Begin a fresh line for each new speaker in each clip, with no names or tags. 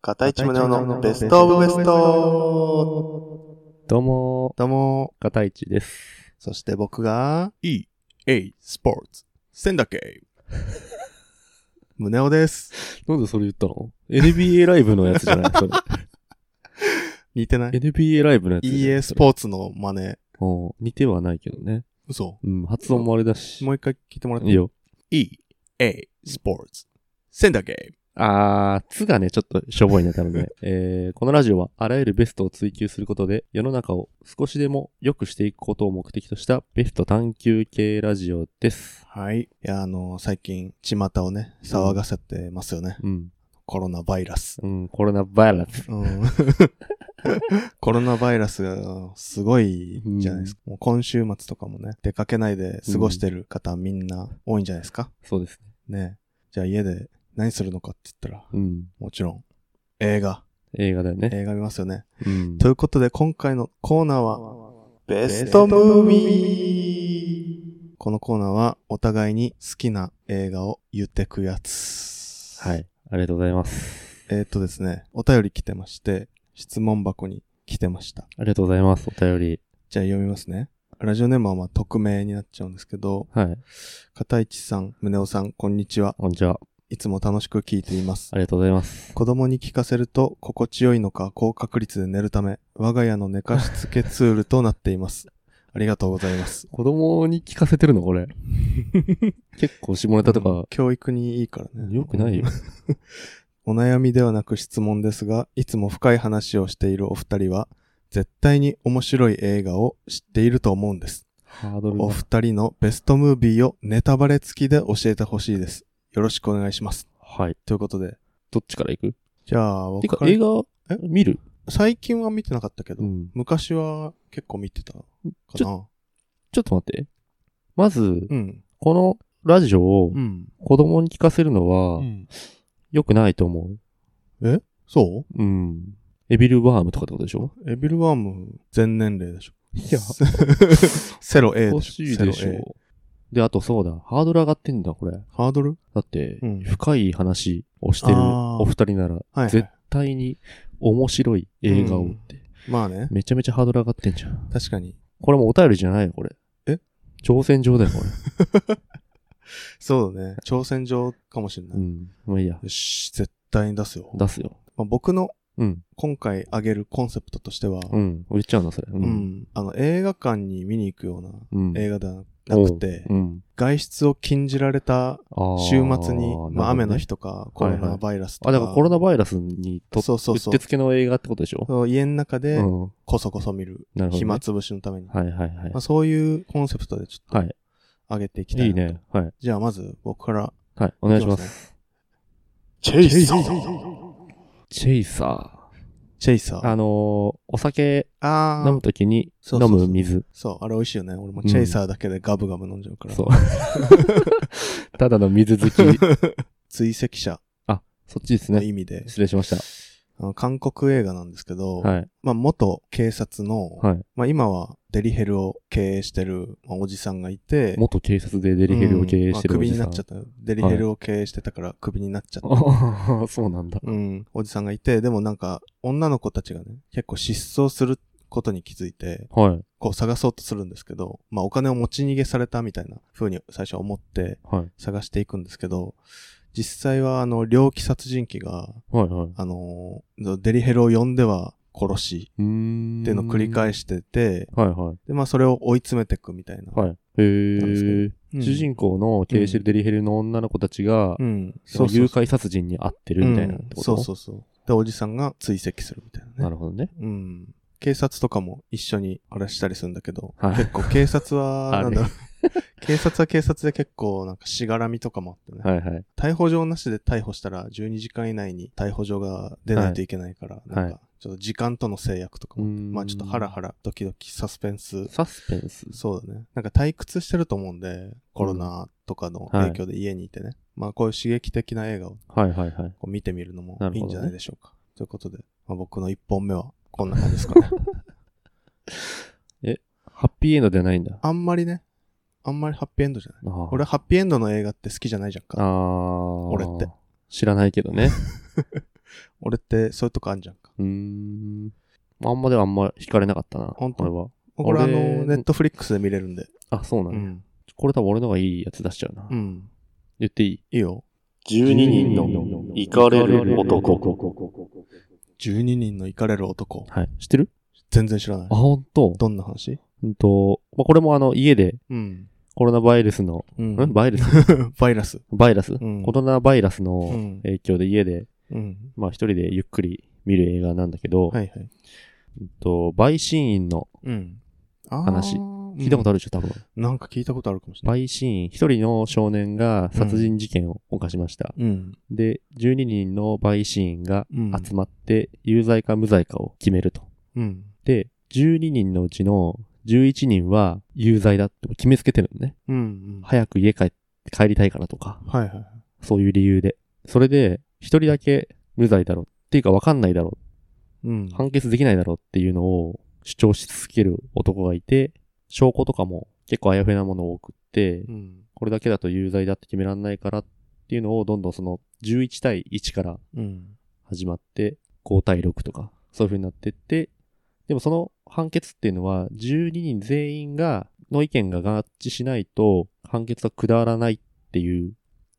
片市宗男のベストオブベスト
どうも
どうも、
ー、片市です。
そして僕が、
EA スポーツ千だけ
宗男です。
なんでそれ言ったの ?NBA ライブのやつじゃない それ。
似てない
NBA ライブのやつじゃない。
?EA スポーツの真似。
それうん似てはないけどね。
嘘。
うん、発音もあれだし。
もう一回聞いてもらって
いいよ。
EA スポーツ千だけ
あー、つがね、ちょっとしょぼいね、多 分ね。えー、このラジオはあらゆるベストを追求することで、世の中を少しでも良くしていくことを目的としたベスト探求系ラジオです。
はい。いや、あの、最近、巷をね、騒がせてますよね。
うん。
コロナバイラス。
うん、コロナバイラス。
うん、 コロナバイラスがすごいじゃないですか。もう今週末とかもね、出かけないで過ごしてる方みんな多いんじゃないですか。
そうですね。
ねじゃあ家で何するのかって言ったら、
うん。
もちろん映画、
映画だよね。
映画見ますよね。
うん。
ということで今回のコーナーは、ベストムービーこのコーナーはお互いに好きな映画を言ってくやつ。
はい。ありがとうございます。
えーっとですね、お便り来てまして、質問箱に来てました。
ありがとうございます。お便り。
じゃあ読みますね。ラジオネームはまあ匿名になっちゃうんですけど、
はい。
片市さん、宗男さん、こんにちは。
こんにちは。
いつも楽しく聞いています
あ。りがとうございます。
子供に聞かせると心地よいのか高確率で寝るため、我が家の寝かしつけツールとなっています。ありがとうございます。
子供に聞かせてるの これ。結構下ネタとか、
教育にいいからね。
良くないよ。
お悩みではなく質問ですが、いつも深い話をしているお二人は、絶対に面白い映画を知っていると思うんです。
ハードルが
お二人のベストムービーをネタバレ付きで教えてほしいです。よろしくお願いします。
はい。
ということで。
どっちから行く
じゃあ、
て
僕
か
か、ら
映画
え、
見る
最近は見てなかったけど、
うん。
昔は結構見てたか
ち
な。
ちょっと待って。まず、
うん。
このラジオを
うん。
子供に聞かせるのは良くないと思。
そう
うん。エビルワームとかってことでしょ
うエビルワーム全年齢でしょ。
い
セロ A で
欲
し
しい
ょ。セ
でし
ロ A
ょ。で、あとそうだ。ハードル上がってんだ、これ。
ハードル
だって
うん、
深い話をしてる
あー
お二人なら、
はい、は
絶
い。
対に面白い映画をって、
まあね。
めちゃめちゃハードル上がってんじゃん。
確かに。
これもうお便りじゃないよ、これ。
え
挑戦状だよ、こ れ。
そうだね。挑戦状かもしれない。
うん。まあいいや。
よし、絶対に出すよ。
出すよ。
まあ、僕の
うん。
今回あげるコンセプトとしては、
うん。言っちゃうな、それ。う
うん。。あの、映画館に見に行くような
うん。
映画ではなくて、
うん。
外出を禁じられた
あー
週末に、まあ、
なるほどね
雨の日とか、コロ
はいは
ナ
い
バイラスとか。
あ、だからコロナバイラスにとっ
そうそうそう
うってつけの映画ってことでしょ
そう家の中
う
で、
ん。
こそこそ見る。
なるほどね
暇つぶしのために。
はいはいはい
まあ、。そういうコンセプトでちょ
は
っ
い
と。上げていきたい
いい
な
ね。はい。
じゃあまず僕から。
はい。お願いしま。
いきますチェイサー
チェイサ
チェイサ
ー。あ
ー。
のー、お酒
あ
飲
ー
む。ときに
そうそ
飲
うそう
む水。
そう、あれ美味しいよね。俺も
うん
チェイサーだけでガブガブ飲んじゃうから。
そう。 ただの水好き。
追跡者
そっちです
の
ね。
意味で、
失礼しました。
あの韓国映画なんですけど、
はい。
まあ元警察の、
はい。
まあ今はデリヘルを経営してる、まあ、おじさんがいて、
元警察でデリヘルを経営してる
うんまあク
お
ビ
じ
に
さ。
なんっちゃった。デリヘルを経営してたからクビになっちゃった。
ああ、 そうなんだ。
うん、おじさんがいて、でもなんか、女の子たちがね、結構失踪することに気づいて、
はい。
こう探そうとするんですけど、まあお金を持ち逃げされたみたいな風に最初は思って
はい。
探していくんですけど、実際はあの、猟奇殺人鬼が、
はいはい。
あのーデリヘルを呼んでは殺し
うーん。
っていうのを繰り返
し。
してて、
はいはい。
で、まあそれを追い詰めていくみたいな。
はい。へ
なんですけ
え。主人公の経営してるデリヘルの女の子たちが
う、ん、
その
っ
誘拐殺人に遭ってるみたいなってこと
そうそうそう。で、おじさんが追跡するみたいなね。
なるほどね。
うん。警察とかも一緒にあれしたりするんだけど、
はい
結構警察は、
あれ
なんだろう 警察は警察で結構なんかしがらみとかもあってね、
はいはい。
逮捕状なしで逮捕したら12時間以内に逮捕状が出ないといけないから、なんかちょっと時間との制約とかもあって、
うーん
まあちょっとハラハラドキドキサスペンス、
サスペンス。
そうだね。なんか退屈してると思うんで、コロナとかの影響で家にいてね、まあこういう刺激的な映画を
はいはいはい。
こう見てみるのも
なる
いい
ほど
んじ
ね
ゃないでしょうか。ということで、まあ、僕の1本目はこんな感じです かね。
ハッピーエンドではないんだ。
あんまりね、あんまりハッピーエンドじゃない。
あー
俺ハッピーエンドの映画って好きじゃないじゃん
あ
か。
ー。
俺って
知らないけどね。
俺ってそういうとこあんじゃんか。
うーん。あんまではあんま惹かれなかったな。
ほんと
俺は。
これあの、
俺
ネットフリックスで見れるんで。
あ、そうな
うん
だ。
ん。
これ多分俺のがいいやつ出しちゃうな。
うん。
言っていい
いいよ。
12人のイカれる男。
12人のイカれる男。
はい。知ってる
全然知らない
あ、。ほんと
どんな話
うんと、まあ、これもあの、家で
うん。
コロナバイルスの、、
うんん。
バイルス
バイラス。
バイラス、
うん
コロナバイラス
う
の
ん。
影響で家で、
うん。
まあ、一人でゆっくり見る映画なんだけど、
はいはい。
うんと、陪審員の、
うん。あー
話聞いたことあるでしょ、多分。
うんなんか聞いたことあるかもしれない。
陪審員、一人の少年が殺人事件を犯しました。
うん。
で、12人の陪審員が
うん
集まって、有罪か無罪かを決めると。
うん。
で、12人のうちの11人は有罪だって決めつけてるのね。
うんうん。
早く家帰って帰りたいからとか、
はいはい。
そういう理由で。それで、一人だけ無罪だろう。っていうか分かんないだろ
うん
う。。判決できないだろうっていうのを主張し続ける男がいて、証拠とかも結構あやふやなものを送って、
うん。
これだけだと有罪だって決めらんないからっていうのをどんどんその11対1から
うん。
始まって、5対6とか、そういう風になってって、でもその判決っていうのは、12人全員が、の意見が合致しないと、判決は下らないっていう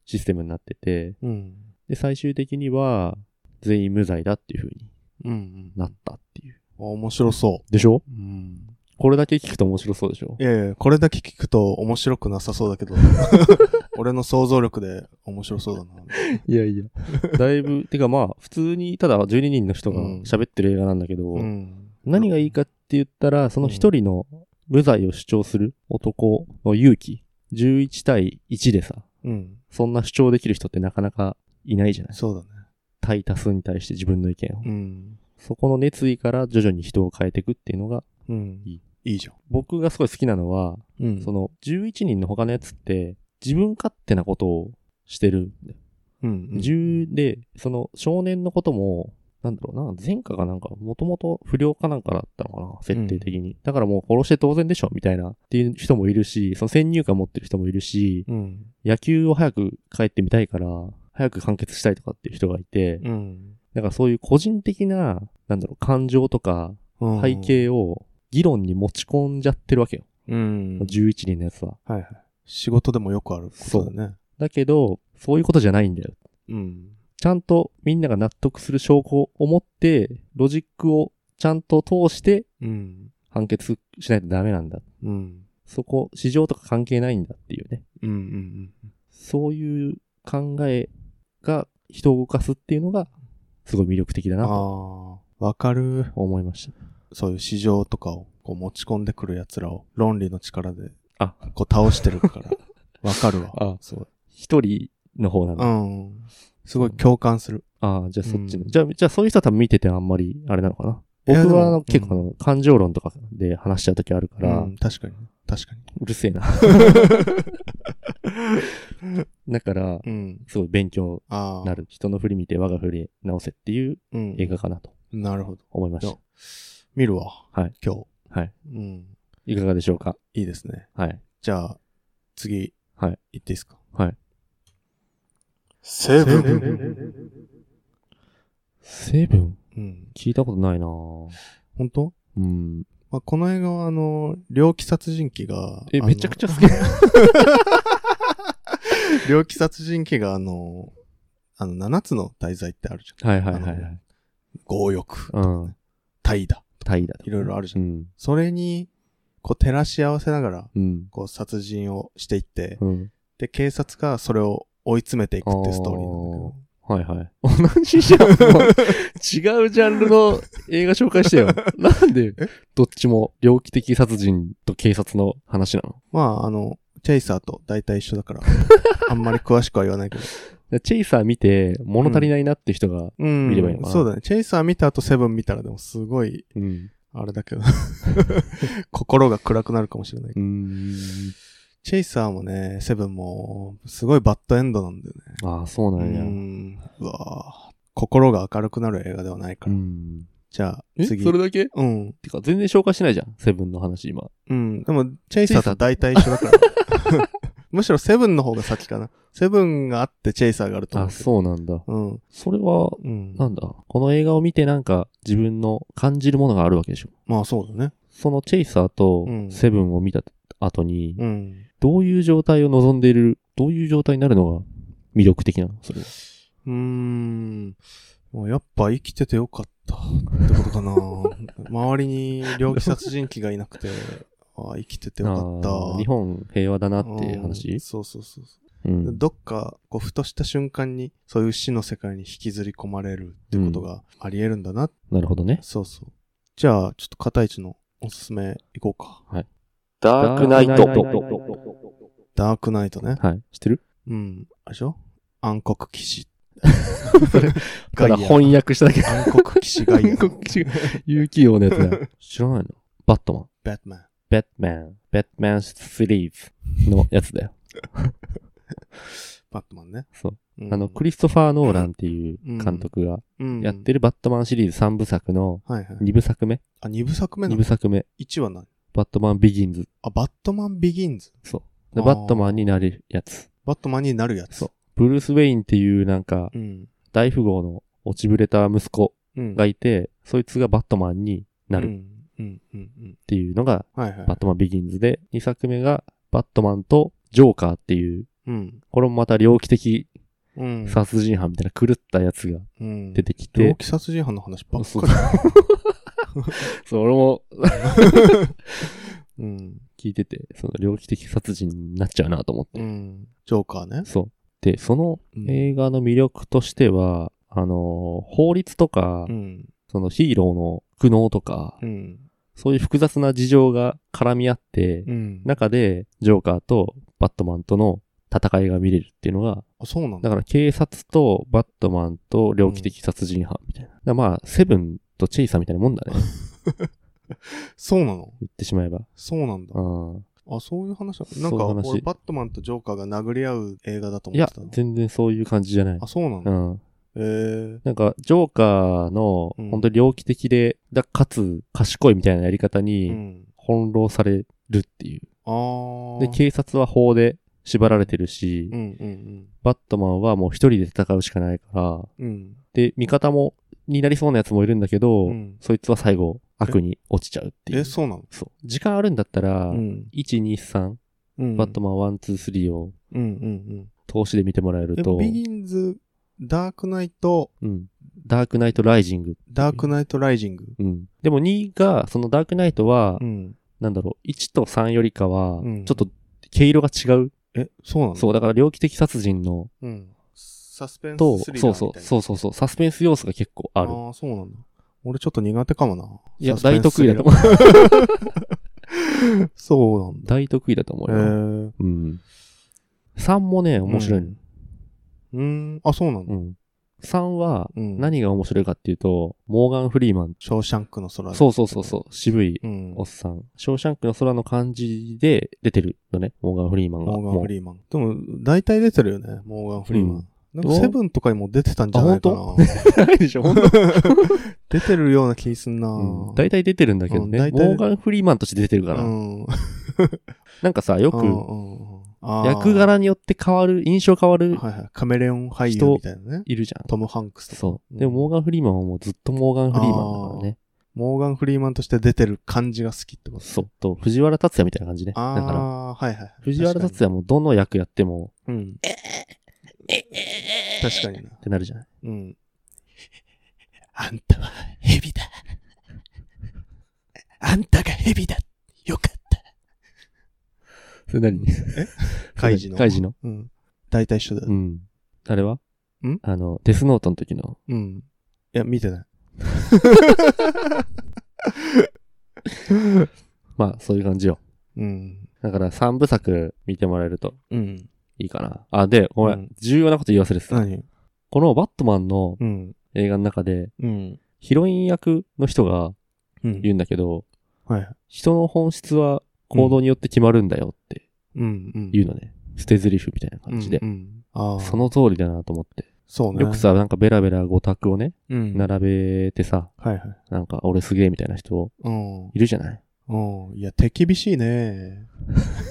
システムになってて、
うん。
で、最終的には、全員無罪だっていう風に
うん。
なったっていう。
面白そ
でしょ
う。うん。
これだけ聞くと面白そうでしょ
いやいや、これだけ聞くと面白くなさそうだ けど、俺の想像力で面白そうだな。
いやいや。だいぶ、てかまあ、普通に、ただ12人の人が
うん
喋ってる映画なんだけど、
うん。
何がいいかって言ったら、その一人の無罪を主張する男の勇気。11対1でさ、
うん。
そんな主張できる人ってなかなかいないじゃない
そうだね。
対多数に対して自分の意見を。
うん。
そこの熱意から徐々に人を変えていくっていうのが、
うん。
いい
いいじゃ
僕がすごい好きなのは、
ん。うん。
その11人の他のやつって自分勝手なことをしてるんだよ。
うん、うん。
10で、その少年のことも、なんだろうな、前科がなんか、もともと不良かなんかだったのかな、設定的に。だからもう殺して当然でしょ、みたいな、っていう人もいるし、その先入観持ってる人もいるし、
うん。
野球を早く帰ってみたいから、早く完結したいとかっていう人がいて、
うん。
だからそういう個人的な、なんだろう、感情とか、
うん
背。景を議論に持ち込んじゃってるわけよ。
うん。
11人のやつは。
はいはい。仕事でもよくあることだね。
だけど、そういうことじゃないんだよ。
うん。
ちゃんとみんなが納得する証拠を持って、ロジックをちゃんと通して
うん。
判決しないとダメなんだ。
うん。
そこ、市場とか関係ないんだっていうね。
うん。うん。
そういう考えが人を動かすっていうのが、すごい魅力的だ
あ
なと
あ。わかる。
思いました。
そういう市場とかをこう持ち込んでくる奴らを論理の力で
あ、
こう倒してる から。わかるわ。
あ
すごい。
一人の方なん
う
だ。
ん。すごい共感する。
ああ、じゃあそっちの。
うん
じゃあ、じゃあそういう人は多分見ててあんまり、あれなのかな。
いやで
僕
も
はあの結構あ
う
の、感情論とかで話しちゃうときあるか
う
ら、
ん、確かに。確かに。
うるせ えな。だから、
うん。
すごい勉強
ああ。
なる。人の振り見て我が振り直せっていう
うん。
映画かなと
なるほど。
思いまし
いや見るわ。
はい。
今日。
た。はい。
うん。
いかがでしょうか
いいですね。
はい。
じゃあ、次。
はい。
行っていいですか
はい。
セブン。
セブン
うん。
聞いたことないなぁ
本当
うん。
まあ、この映画は、あの、猟奇殺人鬼が、
え、
あの
めちゃくちゃ 好き。
猟奇殺人鬼が、あの、あの、七つの題材ってあるじゃん。
はいはいはいはい。
強欲、
うん。
怠惰、
タイだと。
いろいろあるじゃ。
うんん。
それに、こう、照らし合わせながら、
うん。
こう、殺人をしていって、
うん。
で、警察がそれを追い詰めていくっていうストーリーなんだけど。
はいはい。同じじゃん。もう違うジャンルの映画紹介 してよ。なんで、どっちも猟奇的殺人と警察の話なの
まあ、あの、チェイサーと大体一緒だ から、あんまり詳しくは言わないけど。
でチェイサー見て物足りないなって人が、
うん
見ればいいのかな
そうだね。チェイサー見た後セブン見たらでもすごい、
うん。
あれだ けど、心が暗くなるかもしれない。
うん。
チェイサーもね、セブンも、すごいバッドエンドなんだよね。
ああ、そうなんや。
うん。うわぁ心が明るくなる映画ではないか
う
ら。
ん。
じゃあ、
え、
次。
それだけ
うん。
てか、全然紹介してないじゃん。セブンの話、今。
うん。でも、チェイサーと大体一緒だから。 むしろセブンの方が先かな。セブンがあってチェイサーがあると思う
あ、
けど。
そうなんだ。
うん。
それは、
うん。
なんだ。この映画を見てなんか自分の感じるものがあるわけでしょ。
まあそうだね。
そのチェイサーと
うん
セブンを見た後に、
うん。
どういう状態を望んでいる、どういう状態になるのが魅力的なのそれは。
うーん。もうやっぱ生きててよかったってことか な。周りに猟奇殺人鬼がいなくて、ああ生きててよかった。
あー日本平和だなってい
う
う
ん
話
そうそうそうそう。
うん。
どっか、こう、ふとした瞬間に、そういう死の世界に引きずり込まれるってことがあり得るんだな。
なるほどね。
そうそう。じゃあ、ちょっと片市のおすすめいこうか。
ダークナイト。
ダークナイトね。
はい。知ってる
うん。あれでしょ暗黒騎 士。
ただ
ガイア
翻訳しただけ。
暗黒騎士ガイア。
暗黒騎士有機用のやつだよ。知らないのバットマン。
バットマン。
バットマン。バットマンシリーズのやつだよ。
バットマンね。
そう。
うん
あの、クリストファー・ノーランっていう監督がやって
る。
るバットマンシリーズ3部作の
はいはい。
2部作目
あ、2部作目
?2
な
部
の
作目。
?1 は何
バットマン・ビギンズ。
あ、バットマンビギンズ。
そう。で
あー
バットマンになるやつ。
バットマンになるやつ。
そう。ブルース・ウェインっていうなんか
う。ん。
大富豪の落ちぶれた息子
うん。
がいて、そいつがバットマンにな
う
るっ
ん。うん。うん。うん。
ていうのが
はいはい
バッ。トマンビギンズで、2作目がバットマンとジョーカーっていう、
うん。
これもまた猟奇的
うん。
殺人犯みたいな狂ったやつが
うん
出てき
猟
て、
奇殺人犯の話ばっ
そ
か
う そう、俺も
り。うん。
聞いてて、その猟奇的殺人になっちゃうなと思って。
うん。ジョーカーね。
そう。で、その
うん
映画の魅力としては、あのー法律とか、
うん。
そのヒーローの苦悩とか、
うん。
そういう複雑な事情が絡み合って、
うん。
中でジョーカーとバットマンとの戦いが見れるっていうのが、
あ、そうなん
だ
だ。
から警察とバットマンと猟奇的殺人犯みたいな。だからまあ、セブンとチェイサーみたいなもんだ ね。
そうなの
言ってしまえば。
そうなんだ
う。ん。
あ、そういう話
そうい
な
うん
か、
話
俺、バットマンとジョーカーが殴り合う映画だと
い
思っ
や
てたの。、
全然そういう感じじゃない
あ、。そうなん
う
だ。
ん。
えー。
なんか、ジョーカーの
うん、
本当に猟奇的で、だかつ、賢いみたいなやり方
う
に、
ん。
翻弄されるっていう。
あー。
で、警察は法で縛られてるし
う、んうん
バットマンはもう一人で戦うしかないから、
うん。うん。
で、味方も、になりそうなやつもいるんだけど、
うん
そいつは最後、悪に落ちちゃうっていう。
え、そうなの
そう。時間あるんだったら、
ん。
1、2、3、
うん
バットマン1、2、3を
うんうん
投資で見てもらえ
うん。
る
え、
と、
ビギンズ、ダークナイト、
うん。ダークナイトライジング。
ダークナイトライジング。
うん。でも2が、そのダークナイトは、
うん。
なんだろう、1と3よりかは
う、ん
ちょっと毛色が違う。
え、そうなの
そう、だから猟奇的殺人の
うん。サスペンス
と、
スリラーみたいな。
そうそう、そうそうそう、サスペンス要素が結構ある。
ああ、そうなんだ。俺ちょっと苦手かもな。
いや、
サスペン
大
ス
得意だと
スリ
思う。
ラー。 そうなんだ。
大得意だと思う
へえ
よ。
ー。
うん。3もね、面白いの。
うーん。あ、そうなん
う
だ。
ん。3は、
うん
何が面白いかっていうと、モーガン・フリーマン。
ショーシャンクの空。
そうそうそうそう、渋い。
う。うん。
おっさん。ショーシャンクの空の感じで出てるのね。モーガン・フリーマンが。
モーガン・フ
も
リーマン。でも、大体出てるよね、モーガン・フリーマン。なんか、セブンとかにも出てたんじゃないか
あ
な。
うないでしょ、ほんと
出てるような気すんな
うん大体出てるんだけどね。
うん大
モ
体
ーガン・フリーマンとして出てるから。
うん。
なんかさ、よく、
く
役柄によって変わる、印象変わる、
はいはい。カメレオン俳優みたいなね。
いるじゃん。
トム・ハンクスとか。
そう。でも、モーガン・フリーマンはもうずっとモーガン・フリーマンだからね。
モーガン・フリーマンとして出てる感じが好きってこと。
そう。と、藤原達也みたいな感じね。だ
あ
から、
あ、はいはい。
藤原達也もどの役やっても
也。うん。確かにな。
ってなるじゃない。
うん。あんたは蛇だ。あんたが蛇だ。よかった。
それ何
カイジの。
カイジの。
うん。大体一緒だよ
う。ん。あれは
ん
あの、デスノートの時の、
うん。いや、見てない。
まあ、そういう感じよ。
うん。
だから、三部作見てもらえると
うん。
いいかな。あ、で、ごめん。
うん
重要なこと言わせるす。
何
このバットマンの
うん。
映画の中で、
うん。
ヒロイン役の人が
うん
言うんだけど、
はい。
人の本質は行動によって決まるんだよって
うん。うん。
いうのね。捨て台詞みたいな感じで
う。んうんああ。
その通りだなと思って。
そうね。
よくさ、なんかベラベラ五択をね、
うん。
並べてさ、
はいはい。
なんか俺すげえみたいな人
うん。
いるじゃない
うん。いや、手厳しいね。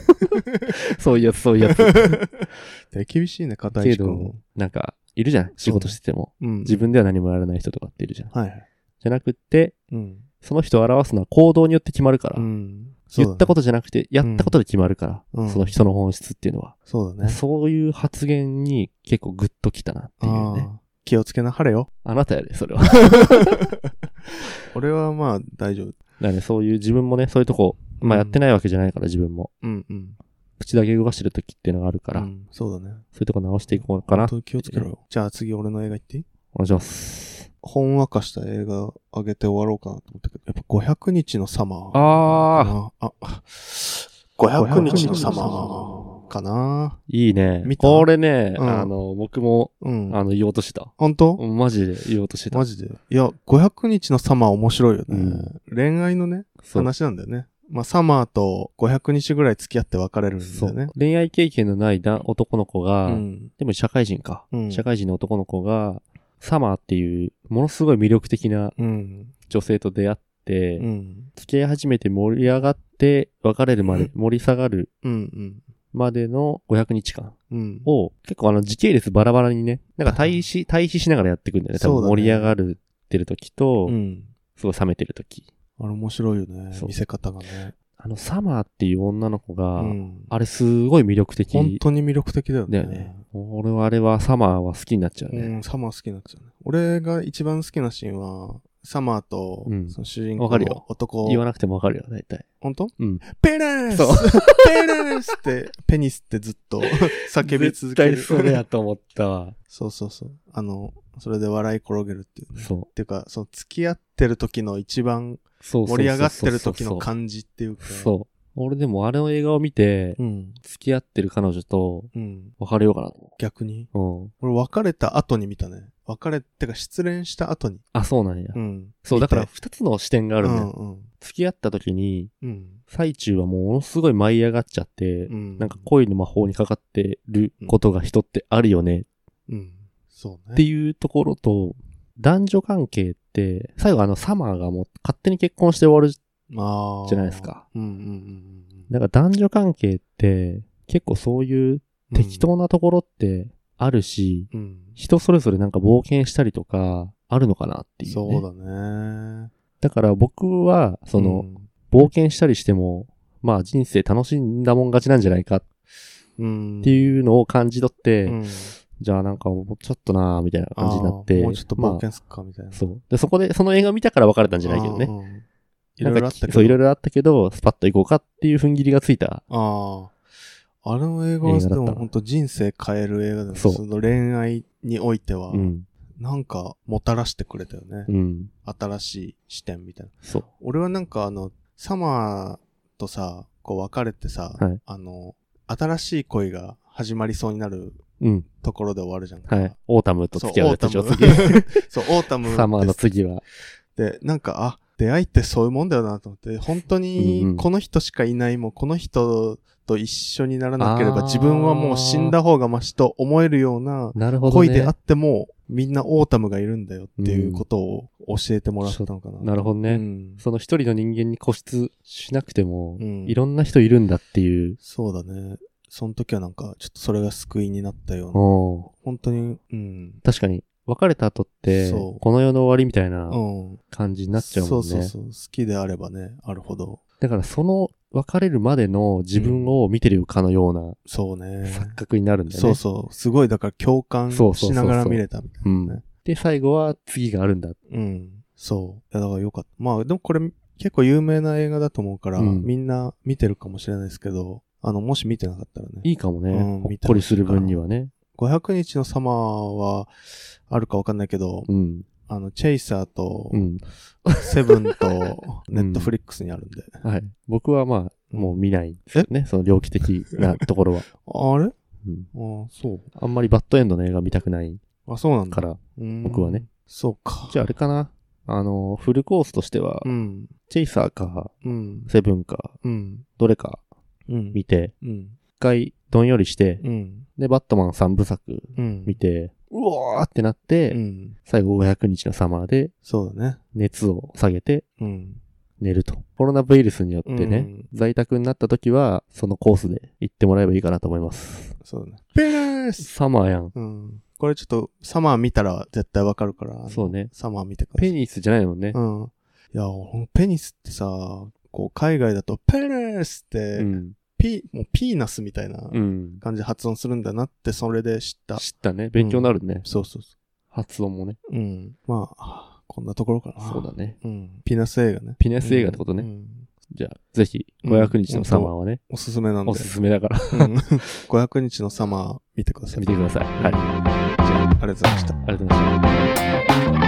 そういうやつ、そう いうやつ。
で厳しいね、片
け
石君
ど
も。、
なんか、いるじゃん。仕事してても。
うん。
自分では何もやらない人とかっているじゃん。
はいはい。
じゃなくって、
うん。
その人を表すのは行動によって決まるから。
うん。
言った
こ
ことじゃなくて、やったことで決まるから。
うん
その人の本質っていうのは。
と。そうだね。
そういう発言に結構グッときたなっていうね。
ああ。気をつけなはれよ。
あなたやで、それは。だか
俺はまあ大丈夫。
らね、そういう自分もね、そういうとこ、まあやってないわけじゃないから、自分も。
うんうん。
口だけ動かしてる時っていうのがあるから、
うんそうだね。
そういうとこ直していこうかな。
本当に気をつけろよ。じゃあ次俺の映画行っていい
お願いします。
ほんわかした映画上げて終わろうかなと思ったけど、やっぱ500日のサマー。
ああ、
あ。あ、
500日の
500
様。
かない
いね
見。た
これね、
うん
あの、僕も、
うん。
あの、言おうとしてた。
本当
マジで言おうとしてた
マ。ジで。いや、500日のサマー面白いよね。恋愛のね、
そう
話なんだよね。まあ、サマーと500日ぐらい付き合って別れるんだ
そ
よ
う
ね。。
恋愛経験のないだ男の子
う
が、
ん。
でも社会人か、
うん
社会人の男の子が、サマーっていう、ものすごい魅力的な
うん。
女性と出会って、
うん。
付き合い始めて盛り上がって、別れるまで、盛り下がる
うん。
までの500日間
うん。
を、結構あの時系列バラバラにね、なんか対比、対比しながらやっていくんだよね。多
そうだ
分
ね
盛り上がるってる時と、
うん。
すごい冷めてる時。
あれ面白いよね。
そう
見せ方がね。
あの、サマーっていう女の子
う
が、
ん。
あれすごい魅力的
本当に魅力的だよ
だ
ね。
よね。俺はあれはサマーは好きになっちゃう
う
ね。
ん、サマー好きになっちゃうね。俺が一番好きなシーンは、サマーと
う、ん
その主人
わ
公
かるよ
の男、
言わなくてもわかるよ、大体。
本当
うん。
ペニス
そう
ペニスって、ペニスってずっと 叫び続ける。
絶対それやと思ったわ。
そうそうそう。あの、それで笑い転げるっていうね。
そう。
っていうか、その付き合ってる時の一番
そうそうそうそう
盛り上がってる時の感じっていうか。
そう。俺でもあれの映画を見て、
う。うん。
付き合ってる彼女と
うん。
別れようかなと思
逆に。
う。うん。
俺別れた後に見たね。別れ、てか失恋した後に。
あ、そうなんや。
うん。
そう、だから
見て
二つの視点があるんだよ。
うん
付き合った時に、
うん。
最中はもうものすごい舞い上がっちゃって、
うん。
なんか恋の魔法にかかってることが人ってあるよね
うん。そうね。
っていうところと、男女関係って、最後あのサマーがもう勝手に結婚して終わる。
ああ。
じゃないですか。
うんうんうんうん。
だから男女関係って結構そういう適当なところってあるし、
うん。
人それぞれなんか冒険したりとかあるのかなって
うん
いう、
そ
ね。
うだね。
だから僕は、その、冒険したりしても、まあ人生楽しんだもん勝ちなんじゃないかっ
うん、うん。
ていうのを感じ取って、
うん
じゃあなんかもうちょっとなーみたいな感じになって、
あーもうちょっと冒
ま
険すっか、みたいな。
あ、そう。で、そこで、その映画見たから別れたんじゃないけどね。
うんうん。い
な
ろ
ん
い
か
ろあったけど。
そう、いろいろあったけど、スパッと行こうかっていう踏ん切りがついた。
ああ。あの映画は
映画だった
で
な
も本当人生変える映画だよね。
そう
その恋愛においては
う、ん。
なんかもたらしてくれたよね
う。ん。
新しい視点みたいな。
そう。
俺はなんかあの、サマーとさ、こう別れてさ
はい、
あの、新しい恋が始まりそうになる
うん。
ところで終わるじゃんか。
はい。オータムと
そう
付き合うやつでしょ、
オー
次。
タム そう、オータム です。
サマーの次は。
で、なんか、あ、出会いってそういうもんだよなと思って、本当
うんう
に
ん
この人しかいない、もうこの人と一緒にならなけれ
あ
ば
ー
自分はもう死んだ方がマシと思えるような
なるほど、ね。
恋であっても、みんなオータムがいるんだよっていうことを教えてもらったのかな。
なるほどね。
うん
その一人の人間に固執しなくても、
うん
いろんな人いるんだっていう。
そうだね。その時はなんか、ちょっとそれが救いになったような。
おー
本当に、うん。
確かに、別れた後って、
そう
この世の終わりみたいな
うん。
感じになっちゃうもんね。
そうそうそう。好きであればね、あるほど。
だからその別れるまでの自分を見てるかのような
そうね。
錯覚になるんだよね。
そうそう。すごい、だから共感
そうそうそう
し
そう
ながら見れたみたいなね。
うんで、最後は次があるんだ。
うん。そう。いや、だからよかった。まあ、でもこれ結構有名な映画だと思うから、
うん
みんな見てるかもしれないですけど、あの、もし見てなかったらね。
いいかもね。
うん
ほっこりする分にはね。
500日のサマーは、あるかわかんないけど、
うん。
あの、チェイサーと
う、ん。
セブンと、
うん
ネットフリックスにあるんで。
はい。僕はまあ、もう見ないですよね。その猟奇的なところ は。
あれあ
うん。
そ。
あんまりバッドエンドの映画見たくないう
あ、そうなんだ。
から。僕
僕
はね。
そうか。
じゃああれかな。あの、フルコースとしては、
うん。
チェイサーか、
うん。
セブンか、
うん。
どれか
うん。
見て、
うん。
一回どんよりして、
うん。
で、バットマン三部作
うん。
見て、うわーってなって、
うん。
最後500日のサマーで
そうだね。
熱を下げて、
うん。
寝ると。コロナウイルスによってね、
うん
在宅になった時は、そのコースで行ってもらえばいいかなと思います。
そうだね。ペラース
サマーやん。
うん。これちょっと、サマー見たら絶対わかるから。
そうね。
サマー見てください。
ペニスじゃないもんね。
うん。いや、ほんペニスってさ、こう、海外だと、ペニスって、
うん。
ピ、もうピーナスみたいな
うん。
感じで発音するんだなって、それで知った。
知ったね。勉強になるね。
そうそうそ
発音もね。
う。うん。まあ、こんなところかな。
そうだ。ね。
うん。ピーナス映画ね。
ピネス映画ってことね。
うん
じゃあ、ぜひ、500日のサマーはね、
おすすめなんで。
おすすめ だから
うん500日のサマー見てください。
見てください。はい。あり
ありがとうございました。
がとうございました。